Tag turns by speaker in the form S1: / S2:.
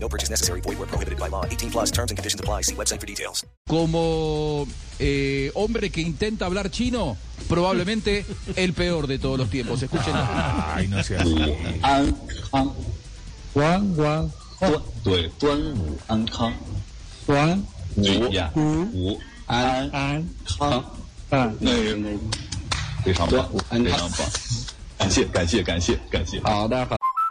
S1: No purchase necessary. Void where prohibited by law. 18 plus terms and conditions apply. See website for details.
S2: como eh, hombre que intenta hablar chino, probablemente el peor de todos los tiempos. Escuchen.
S3: Ay, no seas.
S4: 安康，
S5: 王王
S4: 端对端午安康，
S5: 王
S4: 对呀，午安
S5: 安
S4: 康，
S5: 啊，
S4: 那
S3: 非常
S4: 端
S3: 棒
S4: 午，安
S3: 非常
S4: 康，
S3: 棒，感谢感谢感谢感谢。
S4: 好的，好。